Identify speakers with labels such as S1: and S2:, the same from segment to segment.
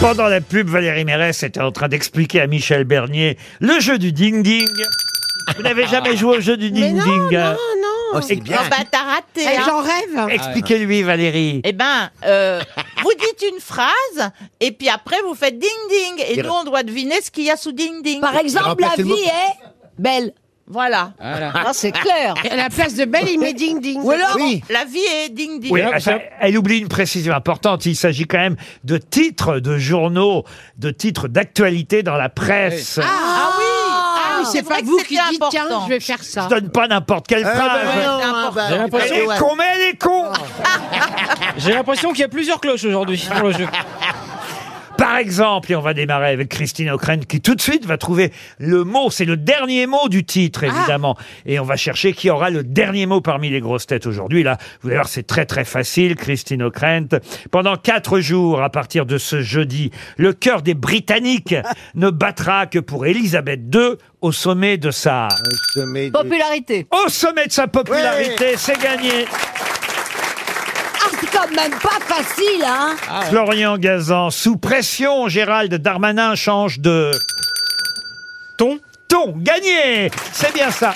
S1: Pendant la pub, Valérie Mérès était en train d'expliquer à Michel Bernier le jeu du ding-ding. Vous n'avez jamais joué au jeu du
S2: Ah. Mais non,
S1: ding-ding
S2: non, non.
S1: Oh, c'est bien.
S2: Oh, bah, t'as raté.
S3: Eh,
S2: hein.
S3: J'en rêve.
S1: Expliquez-lui, Valérie.
S2: Eh ben, euh, vous dites une phrase, et puis après, vous faites ding-ding. Et nous, on doit deviner ce qu'il y a sous ding-ding.
S4: Par exemple, la vie est belle.
S2: Voilà.
S4: Ah, c'est clair.
S3: Et à la place de Belle, il met ding ding.
S4: Ou alors,
S2: La vie est Ah ding-ding.
S1: Oui, enfin, elle oublie une précision importante. Il s'agit quand même de titres de journaux, de titres d'actualité dans la presse.
S2: Ah oui
S3: Ah, mais c'est
S2: vrai
S3: pas
S2: que
S3: vous
S2: c'était
S3: qui dites tiens,
S2: important.
S3: je vais faire ça.
S1: Je donne pas n'importe quelle
S2: Ah,
S5: Ah,
S1: phrase.
S2: bah, J'ai
S5: bah,
S1: Elle est con, mais elle est
S2: Ah.
S1: con
S6: J'ai l'impression qu'il y a plusieurs cloches aujourd'hui pour le jeu.
S1: Par exemple, et on va démarrer avec Christine O'Crane qui tout de suite va trouver le mot, c'est le dernier mot du titre évidemment. Et on va chercher qui aura le dernier mot parmi les grosses têtes aujourd'hui. Là, vous allez voir, c'est très très facile, Christine O'Crane. Pendant quatre jours, à partir de ce jeudi, le cœur des Britanniques ne battra que pour Elisabeth II au sommet de sa...
S4: popularité.
S1: Au sommet de sa popularité, c'est gagné
S4: Ah, c'est quand même pas facile, hein.
S3: Ah.
S1: Florian Gazan, sous pression, Gérald Darmanin change de...
S6: Ton
S1: Ton, gagné C'est bien ça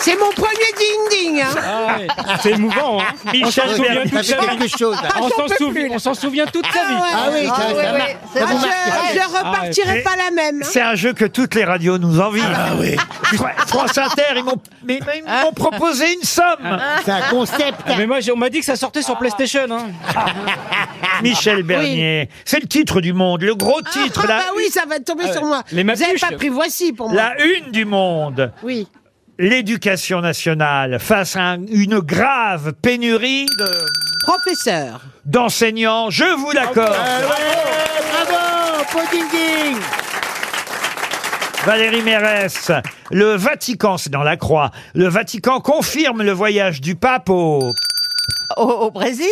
S3: C'est mon premier ding ding. hein.
S6: Ah, C'est émouvant,
S3: Ah.
S6: hein
S1: Michel
S6: On s'en souvient
S1: Bernier.
S6: toute
S5: hein.
S6: sa vie.
S5: Ah,
S6: On s'en souvient, on s'en souvient toute sa vie.
S3: Ah ouais.
S4: Ah, oui, oui, c'est
S3: Ah,
S4: vrai.
S3: je, je repartirai
S6: Ah,
S1: ouais.
S3: pas la même. hein.
S1: C'est un jeu que toutes les radios nous envient. Fr- France Inter, ils m'ont mais- mais ils
S3: Ah.
S1: m'ont proposé une somme.
S6: Ah, Mais moi, j'ai- on m'a dit que ça sortait sur PlayStation. Hein.
S1: Michel Bernier, c'est le titre du monde, le gros titre,
S3: Ah. Ah,
S1: la,
S3: bah oui, ça va tomber sur moi.
S6: Les
S3: Vous avez
S6: Mapuches.
S3: pas pris voici pour moi.
S1: la une du monde.
S3: Oui.
S1: L'éducation nationale face à un- une grave pénurie de-
S3: Professeur.
S1: d'enseignants, je vous l'accorde. Valérie Mérès, le Vatican, c'est dans la croix, le Vatican confirme le voyage du pape au,
S2: Au, au Brésil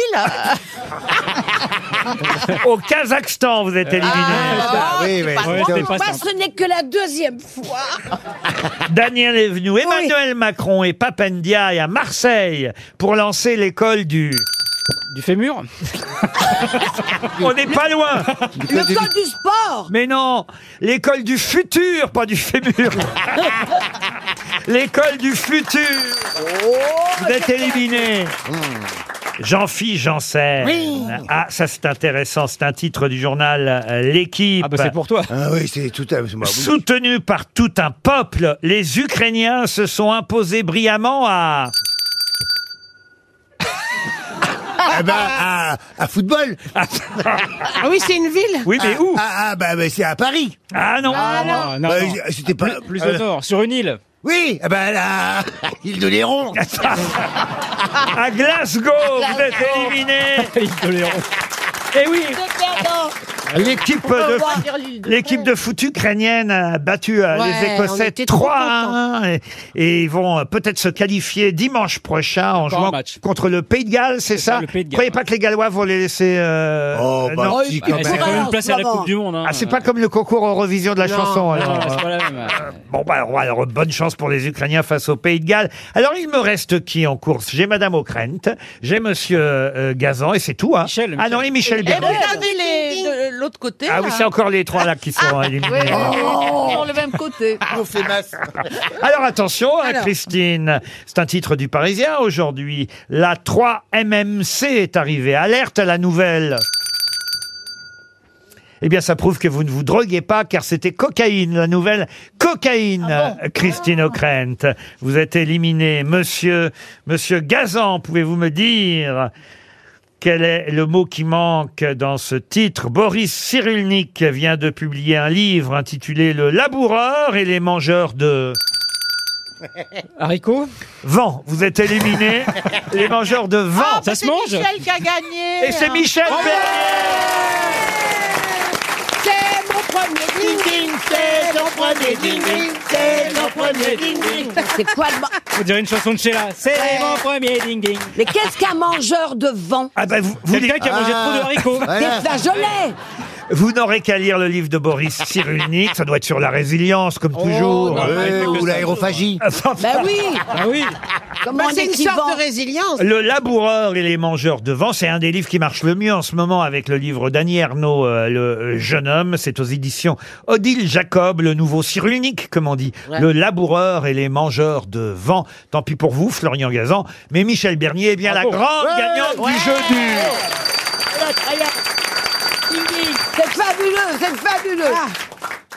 S1: au Kazakhstan, vous êtes éliminé.
S2: Ah, oui, oui.
S6: Ouais, c'était pas
S4: Moi,
S6: simple.
S4: ce n'est que la deuxième fois.
S1: Daniel est venu, Emmanuel Macron et Papendia à Marseille pour lancer l'école du...
S6: Du fémur
S1: On n'est pas loin
S4: Le code du sport.
S1: Mais non L'école du futur, pas du fémur L'école du futur Vous êtes éliminé Jean-Philippe Janssen. Ah, ça c'est intéressant, c'est un titre du journal euh, L'équipe.
S6: Ah bah c'est pour Bah toi.
S5: Ah oui, c'est tout à fait.
S1: Soutenu par tout un peuple, les Ukrainiens se sont imposés brillamment à...
S5: Ah bah, à, à football.
S3: Ah oui, c'est une ville.
S1: Oui, mais où
S5: Ah, ah, bah, bah, c'est à Paris.
S1: Ah non
S6: Ah, non,
S5: Bah,
S6: non.
S5: C'était pas.
S6: Plus
S5: euh,
S6: au nord, sur une île.
S5: oui, ah bah là, île de Léron.
S1: À Glasgow, vous êtes éliminé.
S6: Eh
S1: Et oui, l'équipe de, l'équipe de foot ukrainienne a battu euh, les
S3: Ouais, on
S1: Écossais
S3: était trop
S1: 3 à 1 et, et ils vont euh, peut-être se qualifier dimanche prochain en
S6: Encore un
S1: jouant
S6: match.
S1: contre le Pays de Galles, c'est
S6: ça,
S1: ça,
S6: le Pays de Galles,
S1: Croyez
S6: ouais.
S1: pas que les Gallois vont les laisser. euh,
S5: Oh,
S1: euh,
S5: bah,
S1: non.
S5: si,
S6: Ah,
S5: quand
S6: mais
S5: même.
S6: c'est quand même
S4: Florence,
S6: placé à la
S4: Florent.
S6: Coupe du Monde. Hein.
S1: Ah, c'est pas comme le concours Eurovision de la chanson. alors,
S6: Non,
S1: euh.
S6: c'est pas la même.
S1: Bon, bah, alors, alors, bonne chance pour les Ukrainiens face au Pays de Galles. Alors, il me reste qui en course J'ai Madame O'Krent, j'ai Monsieur euh, Gazan, et c'est tout. Hein.
S6: Michel,
S1: Ah non, et Michel Bernier.
S2: vous avez les, de l'autre côté
S1: Ah oui, c'est encore les trois là qui sont euh, éliminés.
S2: Oh.
S4: Pour le même côté.
S1: Alors attention, hein, Christine, c'est un titre du Parisien aujourd'hui. La 3 MMC est arrivée. Alerte à la nouvelle. Eh bien, ça prouve que vous ne vous droguez pas, car c'était cocaïne, la nouvelle cocaïne, Christine O'Krent. Vous êtes éliminé. Monsieur, monsieur Gazan, pouvez-vous me dire quel est le mot qui manque dans ce titre Boris Cyrulnik vient de publier un livre intitulé Le laboureur et les mangeurs de...
S6: Haricot
S1: Vent, vous êtes éliminé. les mangeurs de vent.
S2: Ah,
S6: Ça
S2: bah,
S6: se
S2: c'est
S6: mange
S2: Michel qui a gagné
S1: Et c'est
S2: hein.
S1: Michel Bernier.
S3: C'est mon premier ding ding. C'est mon premier ding ding. C'est mon premier ding ding.
S4: C'est quoi le... ma-
S6: On dirait une chanson de Sheila. C'est mon premier ding-ding.
S4: Mais qu'est-ce qu'un mangeur de vent
S1: Ah ben vous, vous,
S6: Quelqu'un qui a mangé trop de haricots.
S4: Des flageolets
S1: vous n'aurez qu'à lire le livre de Boris Cyrulnik. Ça doit être sur la résilience, comme toujours.
S5: Euh, ou l'aérophagie.
S4: Ben oui
S6: Ah oui
S4: Comment on
S3: c'est une
S4: écrivant.
S3: sorte de résilience.
S1: Le laboureur et les mangeurs de vent, c'est un des livres qui marche le mieux en ce moment avec le livre d'Annie Ernaux, euh, Le jeune homme. C'est aux éditions Odile Jacob, le nouveau cyrulnique, comme on dit. Le laboureur et les mangeurs de vent. Tant pis pour vous, Florian Gazan. Mais Michel Bernier est bien la grande gagnante du jeu du...
S3: Ah.
S4: C'est fabuleux, c'est fabuleux.